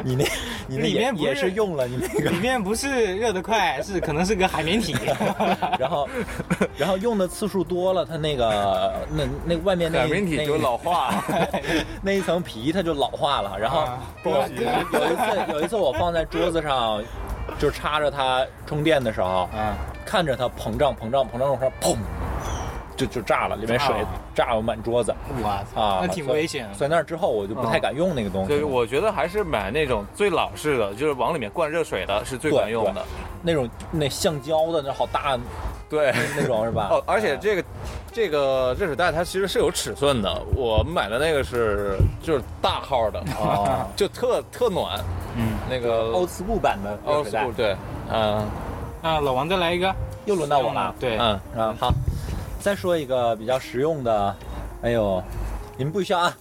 你那你那
里
也
面不
也是
是
用了你那个，
里面不是热得快，是可能是个海绵 体。
然后然后用的次数多了，它那个那那外面那
海绵体
那
就老化，
那一层皮它就老化了。然后
啊
我有有一次有一次我放在桌子上，就插着它充电的时候，
啊，
看着它膨胀膨胀膨胀，然后砰，就就炸了，里面水
啊
炸了满桌子
哇塞，
啊，
那挺
所以
危险的。嗯
所以那之后我就不太敢用那个东
所
西
以
了，
我觉得还是买那种最老式的，就是往里面灌热水的，是最
对
管用的。
那种那橡胶的那好大
对，
那啊种是吧？
哦，而且这个这个热水袋它其实是有尺寸的，我买的那个是就是大号 的，
啊，
就特特暖，
嗯，
那个
欧斯布版的热
欧
水
斯
袋
布对，嗯
那老王再来一个，
又轮到我了。
对，
嗯，
啊，好，再说一个比较实用的，哎呦，你们不需要 啊，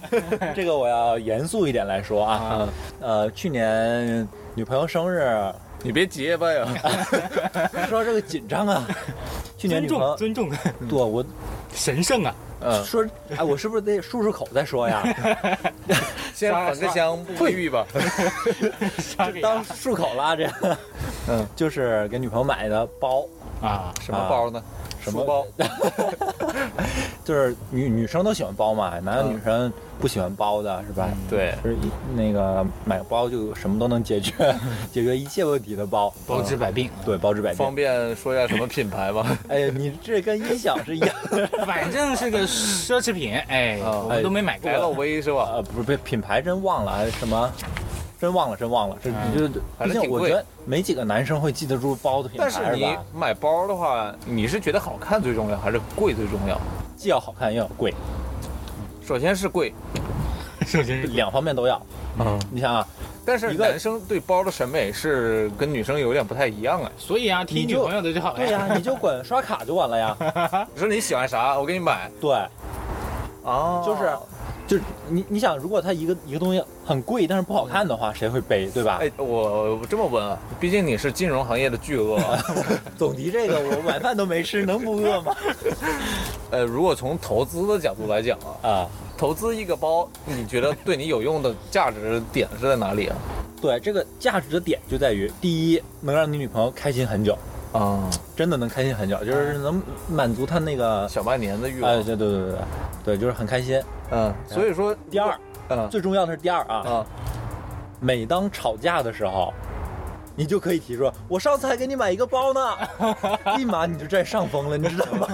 这个我要严肃一点来说啊，呃，去年女朋友生日，
你别结巴呀，
说到这个紧张 啊，去年
尊
女朋
重
友，嗯
尊重，
对我
神圣 啊，
嗯，
说，哎，我是不是得漱漱口再 说呀？
先
刷
焚个香沐浴 吧，
杀给
啊当漱口啦，这，
嗯，
就是给女朋友买的包，
啊，
什么包呢？
什么
书包？
就是女女生都喜欢包嘛，哪有
嗯
女生不喜欢包的，是吧？
嗯
对，
就是一那个买个包就什么都能 解决，解决一切问题的包，
包治百 病。
对，包治百病
方。便说一下什么品牌 吗？
哎呀，你这跟音响是一样的，
反正是个奢侈品，哎，
啊
哦
我们都没买过。
LV 是吧？
呃，不是，不是品牌真忘了啊，什么，真忘了，真忘了，这
嗯
就
反
毕
正
竟
挺
我
贵
觉得没几个男生会记得住包的品牌
但是
是
你
吧？
买包的话，你是觉得好看最重要，还是贵最重要？
既要好看又要贵，
首先是贵，
首先是
两方面都要。
嗯，
你想啊，
但是
一个
男生对包的审美是跟女生有点不太一样哎。
所以啊，听
你
女
就
朋友的就好了
对哎呀、你就管刷卡就完了 呀。
你说你喜欢啥，我给你买
对，
哦
就是，就是你你想，如果它一个一个东西很贵，但是不好看的话，谁会背，对吧？
哎，我我这么问啊，毕竟你是金融行业的巨鳄 啊，
总提这个，我晚饭都没吃，能不饿吗？
呃，如果从投资的角度来讲啊，
啊，
投资一个包，你觉得对你有用的价值点是在哪里啊？
对，这个价值的点就在于，第一，能让你女朋友开心很久，
啊，
真的能开心很久，就是能满足她那个，
小半年的欲
哎，
望，
对对对对对，就是很开心。
嗯，所以说
第二，，
嗯
最重要的是第二啊，
啊，
每当吵架的时候。你就可以提出，我上次还给你买一个包 呢，立马你就占上风了，你知道 吗？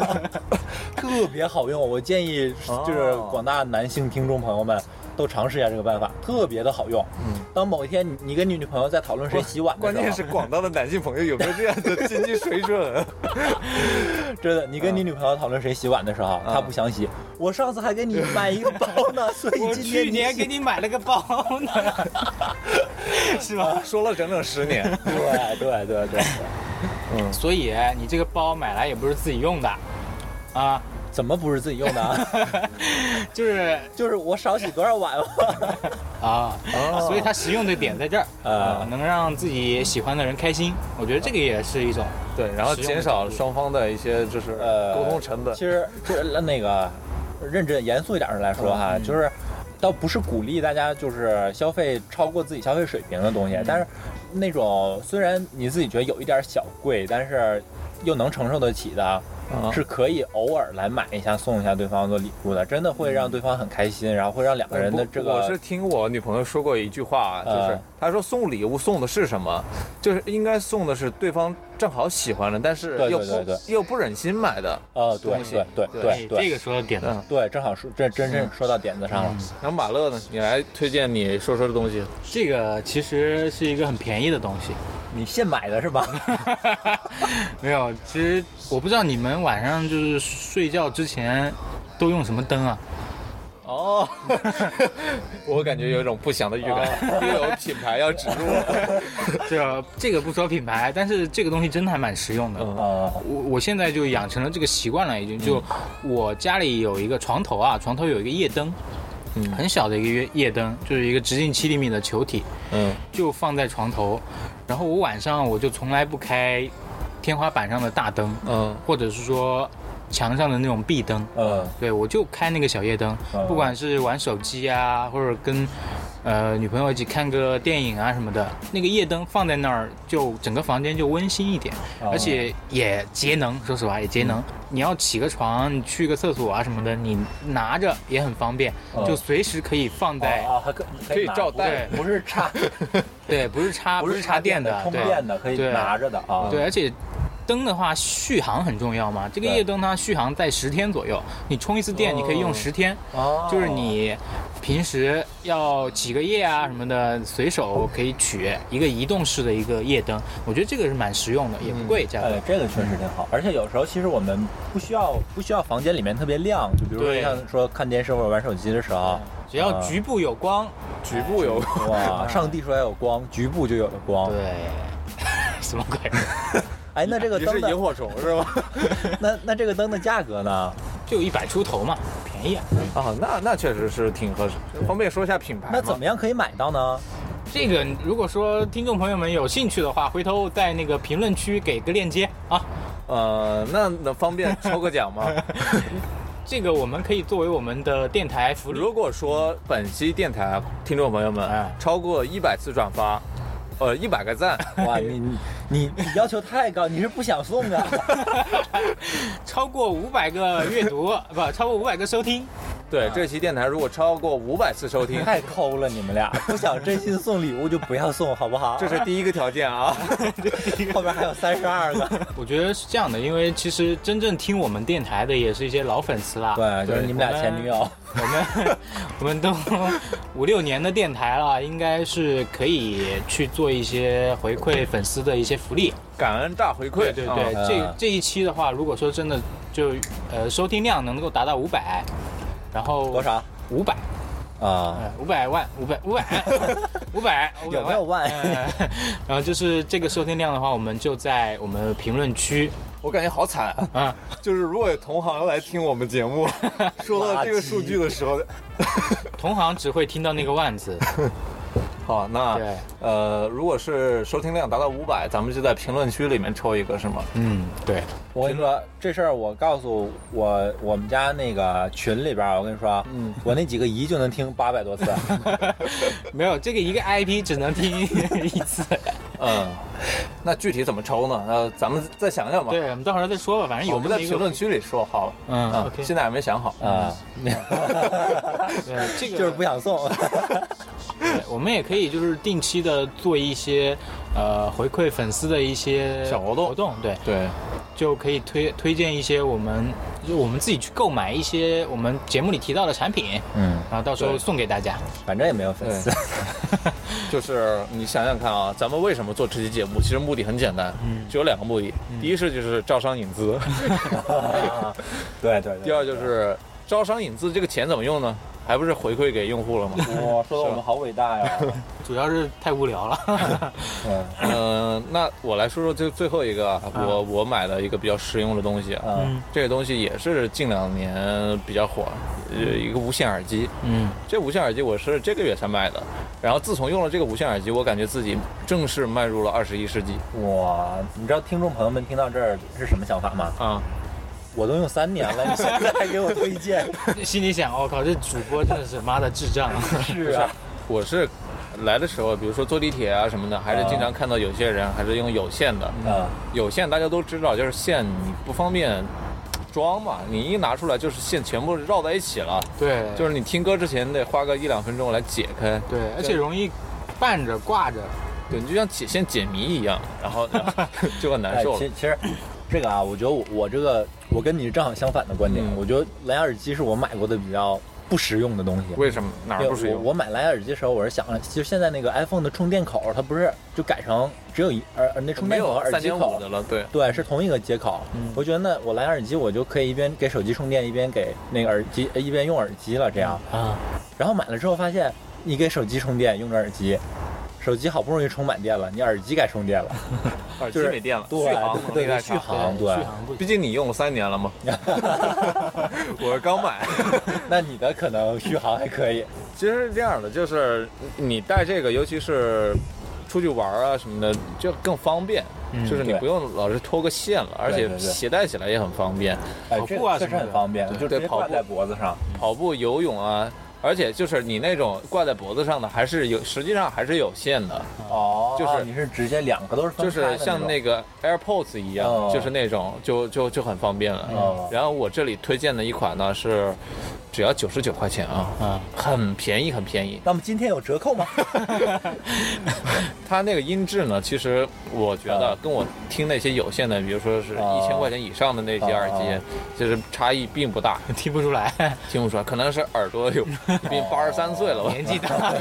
特别好用，我建议就是
哦
广大男性听众朋友们都尝试一下这个办法，特别的好用。
嗯。
当某一天你你跟你女朋友在讨论谁洗碗的时候，
关键是广大的男性朋友有没有这样的经济水准？
真的，你跟
嗯
你女朋友讨论谁洗碗的时候，她不想洗。我上次还给你买一个包 呢，所
我
以今天
去
你
年
洗
给你买了个包 呢， 是吧？
说了整整十 年，
对对对 对，
所以你这个包买来也不是自己用的，啊，
怎么不是自己用的啊？
就是
就是我少洗多少碗嘛。
啊，
哦
所以它实用的点在这儿，
啊
啊，能让自己喜欢的人开心，我觉得这个也是一种
对，然后
使用
减少双方的一些就是
呃，
沟通成本
其。实就是那个认真严肃一点儿来说
嗯
哈，就是倒不是鼓励大家就是消费超过自己消费水平的
嗯
东西，但是那种虽然你自己觉得有一点儿小贵，但是又能承受得起的，
啊
是可以偶尔来买一下送一下对方做礼物的，真的会让对方很开心，然后会让两个人的
不
这
我是
个
听我女朋友说过一句话，就是
呃
她说送礼物送的是什么？就是应该送的是对方正好喜欢的，但是
对对
又
对
不
对
又不忍心买的，
呃，对对对对
哎这
对
个嗯说到点子
嗯
上，
对，正好说这真正说到点子上了。
然后马乐呢？你来推荐你说说的东西，
这个其实是一个很便宜的东西。
你现买的是吧？
没有，其实我不知道你们晚上就是睡觉之前都用什么灯啊？
哦， 我感觉有一种不祥的预感，又有品牌要植入了。
这个啊这个不说品牌，但是这个东西真的还蛮实用的。
嗯
啊，
我我现在就养成了这个习惯了，已经就我家里有一个床头啊，床头有一个夜灯，
嗯
很小的一个夜夜灯，就是一个直径七厘米的球体，
嗯，
就放在床头。然后我晚上我就从来不开天花板上的大灯，
嗯
或者是说墙上的那种壁灯，
嗯
对我就开那个小夜灯
嗯，
不管是玩手机啊，或者跟呃女朋友一起看个电影啊什么的，那个夜灯放在那儿，就整个房间就温馨一点，
哦
而且也节能。说实话，也节
嗯
能。你要起个床，你去个厕所啊什么的，你拿着也很方便，
哦
就随时可以放在。
啊，还可
可以
拿
照带
不是插，
对，不是插
不
不是
是
插电的，
充
对
电的，可以
对
拿着的啊。
对，而且灯的话，续航很重要嘛。这个
对
夜灯它续航在十天左右，你充一次电，你可以用十天。
哦，
就是你平时要几个夜啊什么的，随手可以取一个移动式的一个夜灯，我觉得这个是蛮实用的，也不贵，价格。
哎，这个确实挺好，而且有时候其实我们不需要不需要房间里面特别亮，就比如说
对
像说看电视或者玩手机的时候，
只要局部有光，
局部有
哇，上帝说要有光，局部就有了光。
对， 什么鬼？
哎，那这个
你是
灯
萤
的
火虫是吧？
那那这个灯的价格呢？
就一百出头嘛，便宜啊。
啊，那那确实是挺合适。方便说一下品牌吗？
那怎么样可以买 到呢？
这个如果说听众朋友们有兴趣的话，回头在那个评论区给个链接啊。
呃，那能方便抽个奖吗？
这个我们可以作为我们的电台福利。
如果说本期电台听众朋友们
哎
超过一百次转发，呃，一百个 赞，
哇，你你你你要求太高，你是不想送 啊？
超过五百个阅读， 不超过五百个收听，
啊
对这期电台如果超过五百次收听，
太抠了，你们俩不想真心送礼物就不要送，好不好？
这是第一个条件 啊。
后边还有三十 二个。
我觉得是这样的，因为其实真正听我们电台的也是一些老粉丝啦。
对，就是你们俩前女友。
我们 我们都五六年的电台了，应该是可以去做一些回馈粉丝的一些福利。
感恩大回馈，
对
啊
对，
嗯
这这一期的话，如果说真的就呃收听量能够达到五百，然后
多？少
五百，呃
啊？
五百万，五百五百 五百，500
有没有万
呃然后就是这个收听量的话，我们就在我们评论区
我感觉好惨啊！
啊。
就是如果有同行来听我们节目，说到这个数据的时候，
同行只会听到那个万字，
好，那
对
呃，如果是收听量达到五百，咱们就在评论区里面抽一个，是吗？
嗯，对，
我跟你说这事儿，我告诉我我们家那个群里边儿，我跟你说，
嗯
我那几个姨就能听八百 多次，
没有这个一个 IP 只能听一次，
嗯，那具体怎么抽呢？呃，咱们再想想吧。
对，我们到时候再说吧，反正
我
有
们
这
在
么一
评
个，
论区里说好了。啊
嗯，OK 嗯
现在还没想好。嗯
啊，
对，这个
就是不 想送。
对呃我们也可以就是定期的做一些呃回馈粉丝的一些
小活动
活动，对，
对，
就可以推推荐一些我们就我们自己去购买一些我们节目里提到的产品，
嗯，
然后到时候
对
送给大家。
反正也没有 粉丝。
就是你想想看啊，咱们为什么做这期节目？其实目的很简单，
嗯
只有两个目的。第一是就是招商引 资，
对对对。
第二就是招商引资这个钱怎么用呢？还不是回馈给用户了吗？
哇，说的我们好伟大 呀。
主要是太无聊了，
嗯
嗯，那我来说说这最后一个啊，我我买了一个比较实用的东西啊，
嗯
这个东西也是近两年比较火，呃，一个无线耳机。
嗯，
这无线耳机我是这个月才买的，然后自从用了这个无线耳机，我感觉自己正式迈入了二十一世纪
哇，你知道听众朋友们听到这儿是什么想法吗？
啊！
我都用三年 了，你现在还给我推荐？
心里想，我、哦靠，这主播真的是妈的智障。
是啊，
我是来的时候，比如说坐地铁啊什么的，还是经常看到有些人还是用有线的。
啊，
有线大家都知道，就是线你不方便装嘛，你一拿出来就是线全部绕在一起了，
对，
就是你听歌之前得花个一两分钟来解开，
对，而且容易绊着挂着。
对，你就像解像解谜一样，然后然 后就很难
哎，
受了
其。其实这个啊，我觉得我我这个我跟你正好相反的观点，
嗯
我觉得蓝牙耳机是我买过的比较不实用的东西。
为什么哪儿不实
对我
用？
我买蓝牙耳机的时候，我是想了，其实现在那个 iPhone 的充电口，它不是就改成只有一耳耳那充
没
电口
有
和耳
三
机
点
口
五的了，对，
对，是同一个接口。
嗯
我觉得呢，我蓝牙耳机我就可以一边给手机充电，一边给那个耳机，呃一边用耳机了。这样，
啊，
然后买了之后发现，你给手机充电用着耳机，手机好不容易充满电了，你耳机该充 电了，
耳
就
机
是
没电了，
对
续航能
对
力太
对，
差
续航对。
续航不行
毕竟你用了三年了 嘛，我是刚买。
那你的可能续航还可以，
其实是这样的，就是你带这个，尤其是出去玩啊什么的，就更方便。就是你
对
不用老是拖个线了，而且
对对对
携带起来也很方便，
哎
跑，
这
步啊
确
什
实
么
很
的
方便，
对
就直
对
接
跑
挂
步
在脖子上。
跑步、游泳啊。而且就是你那种挂在脖子上的，还是有，实际上还是有线的，
啊
哦，
就是
你是直接两个都是分
就
开的
是像
那
那个 AirPods 一样，
哦
就是那种就就就很方便了
哦。
然后我这里推荐的一款呢是，只要九十九块钱啊，
啊，
很便宜，很便宜。
那么今天有折扣吗？
它那个音质呢，其实我觉得
啊
跟我听那些有线的，比如说是
啊
一千块钱以上的那些耳机
啊，
其实差异并不 大，
听不出来，
听不出来，可能是耳朵有，毕竟八十三岁了吧。
年纪大。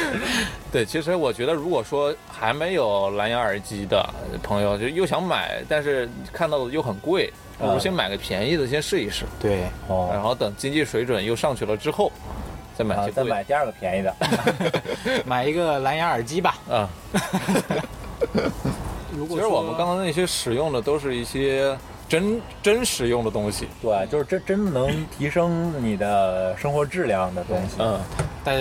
对，其实我觉得，如果说还没有蓝牙耳机的朋友，就又想买，但是看到的又很贵，不如
啊
先买个便宜的，先试一试，
对，
然
哦，
后等经济水准又上去了之后，再买
啊
些
再
贵的
买第二个便宜的。
买一个蓝牙耳机吧。
啊。
如
其
果
实我们刚
刚
刚那些使用的都是一些真真实用的东西。
对，就是真真能提升你的生活质量的东西。
嗯，
大家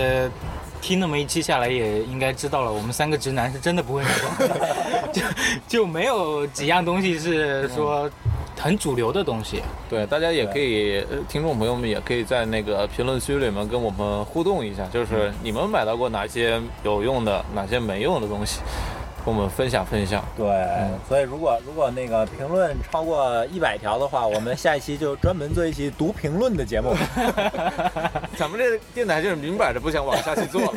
听那么一期下来，也应该知道了，我们三个直男是真的不会买 东西，就就没有几样东西是说很主流的东西。
对，大家也可以，呃听众朋友们也可以在那个评论区里面跟我们互动一下，就是你们买到过哪些有用的，哪些没用的东西，跟我们分享分享。
对，
嗯
所以如果如果那个评论超过一百条的话，我们下一期就专门做一期读评论的 节目。
啊咱们这电台就是明摆着不想往下去做了。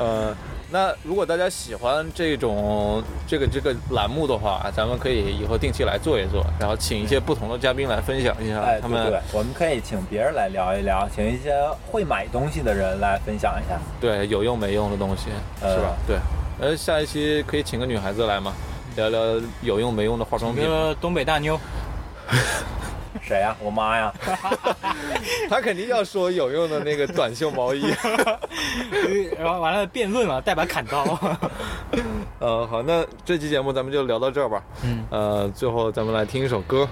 呃，那如果大家喜欢这种这个这个栏目的话，咱们可以以后定期来做一做，然后请一些不同的嘉宾来分享一下
哎，
他
对
们
对，我们可以请别人来聊一聊，请一些会买东西的人来分享一下。
对有用没用的东西，
呃
是吧？对，呃，下一期可以请个女孩子来嘛，聊聊有用没用的化妆
比
品
如。说东北大妞，
谁呀、我妈呀！
她肯定要说有用的那个短袖毛 衣。
然后完了辩论了，带把砍刀。
呃，好，那这期节目咱们就聊到这儿吧。
嗯，
呃，最后咱们来听一首歌，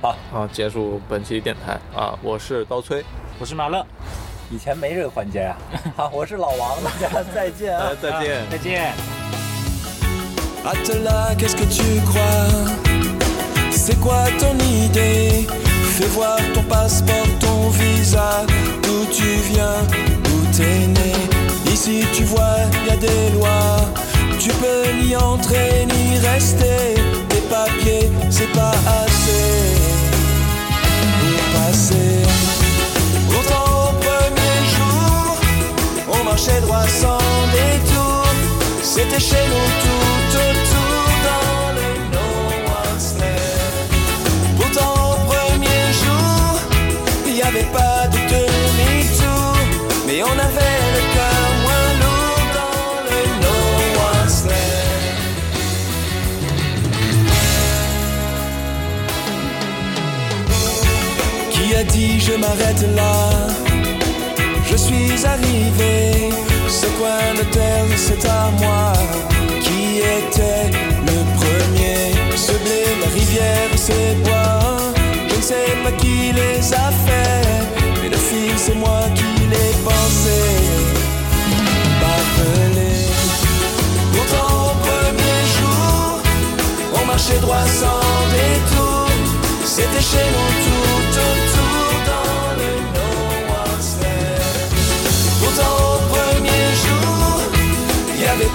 好，
好，结束本期电台啊！我是刀崔，
我是马乐，
以前没这个环节呀、啊好，我是老王，大家再见啊
大家！哎再见
啊。再见。
Atala, qu'est-ce que tu crois C'est quoi ton idée Fais voir ton passeport, ton visa, d'où tu viens, d'où t'es né. Ici, tu vois, y a des lois. Tu peux ni entrer ni rester. Tes papiers, c'est pas assez pour passer. Pourtant, au premier jour, on marchait droit sans détour. C'était chez nous tout autour dans le no one's land. Pourtant au premier jour, il n'y avait pas de demi-tour. Mais on avait le cœur moins lourd dans le no one's land. Qui a dit je m'arrête là je suis arrivé, ce coin de terre, c'est à moi. Qui était le premier Ce blé, la rivière, ces bois. Je ne sais pas qui les a faits, mais le fil, c'est moi qui les pensais. M'appeler. Pourtant, au premier jour, on marchait droit sans détour. C'était chez nous tout autour dans le no one's land. Pourtant au premier jour, il n'y avait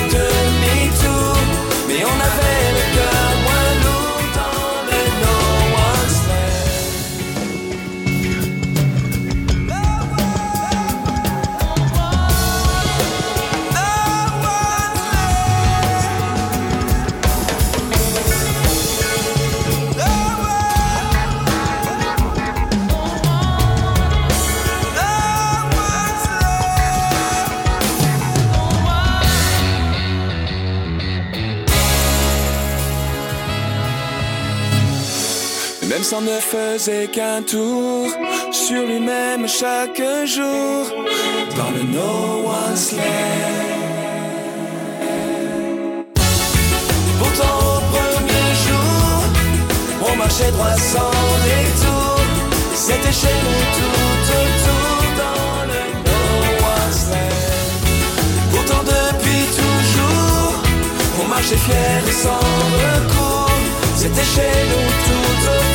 demi-tour. Mais on avait le cœur moins lourd dans le no Même s'en ne faisait qu'un tour sur lui-même chaque jour dans le no one's land. Pourtant au premier jour, on marchait droit sans détour. C'était chez nous tout autour dans le no one's land. Pourtant depuis toujours, on marchait fier et sans recours. C'était chez nous tout autour.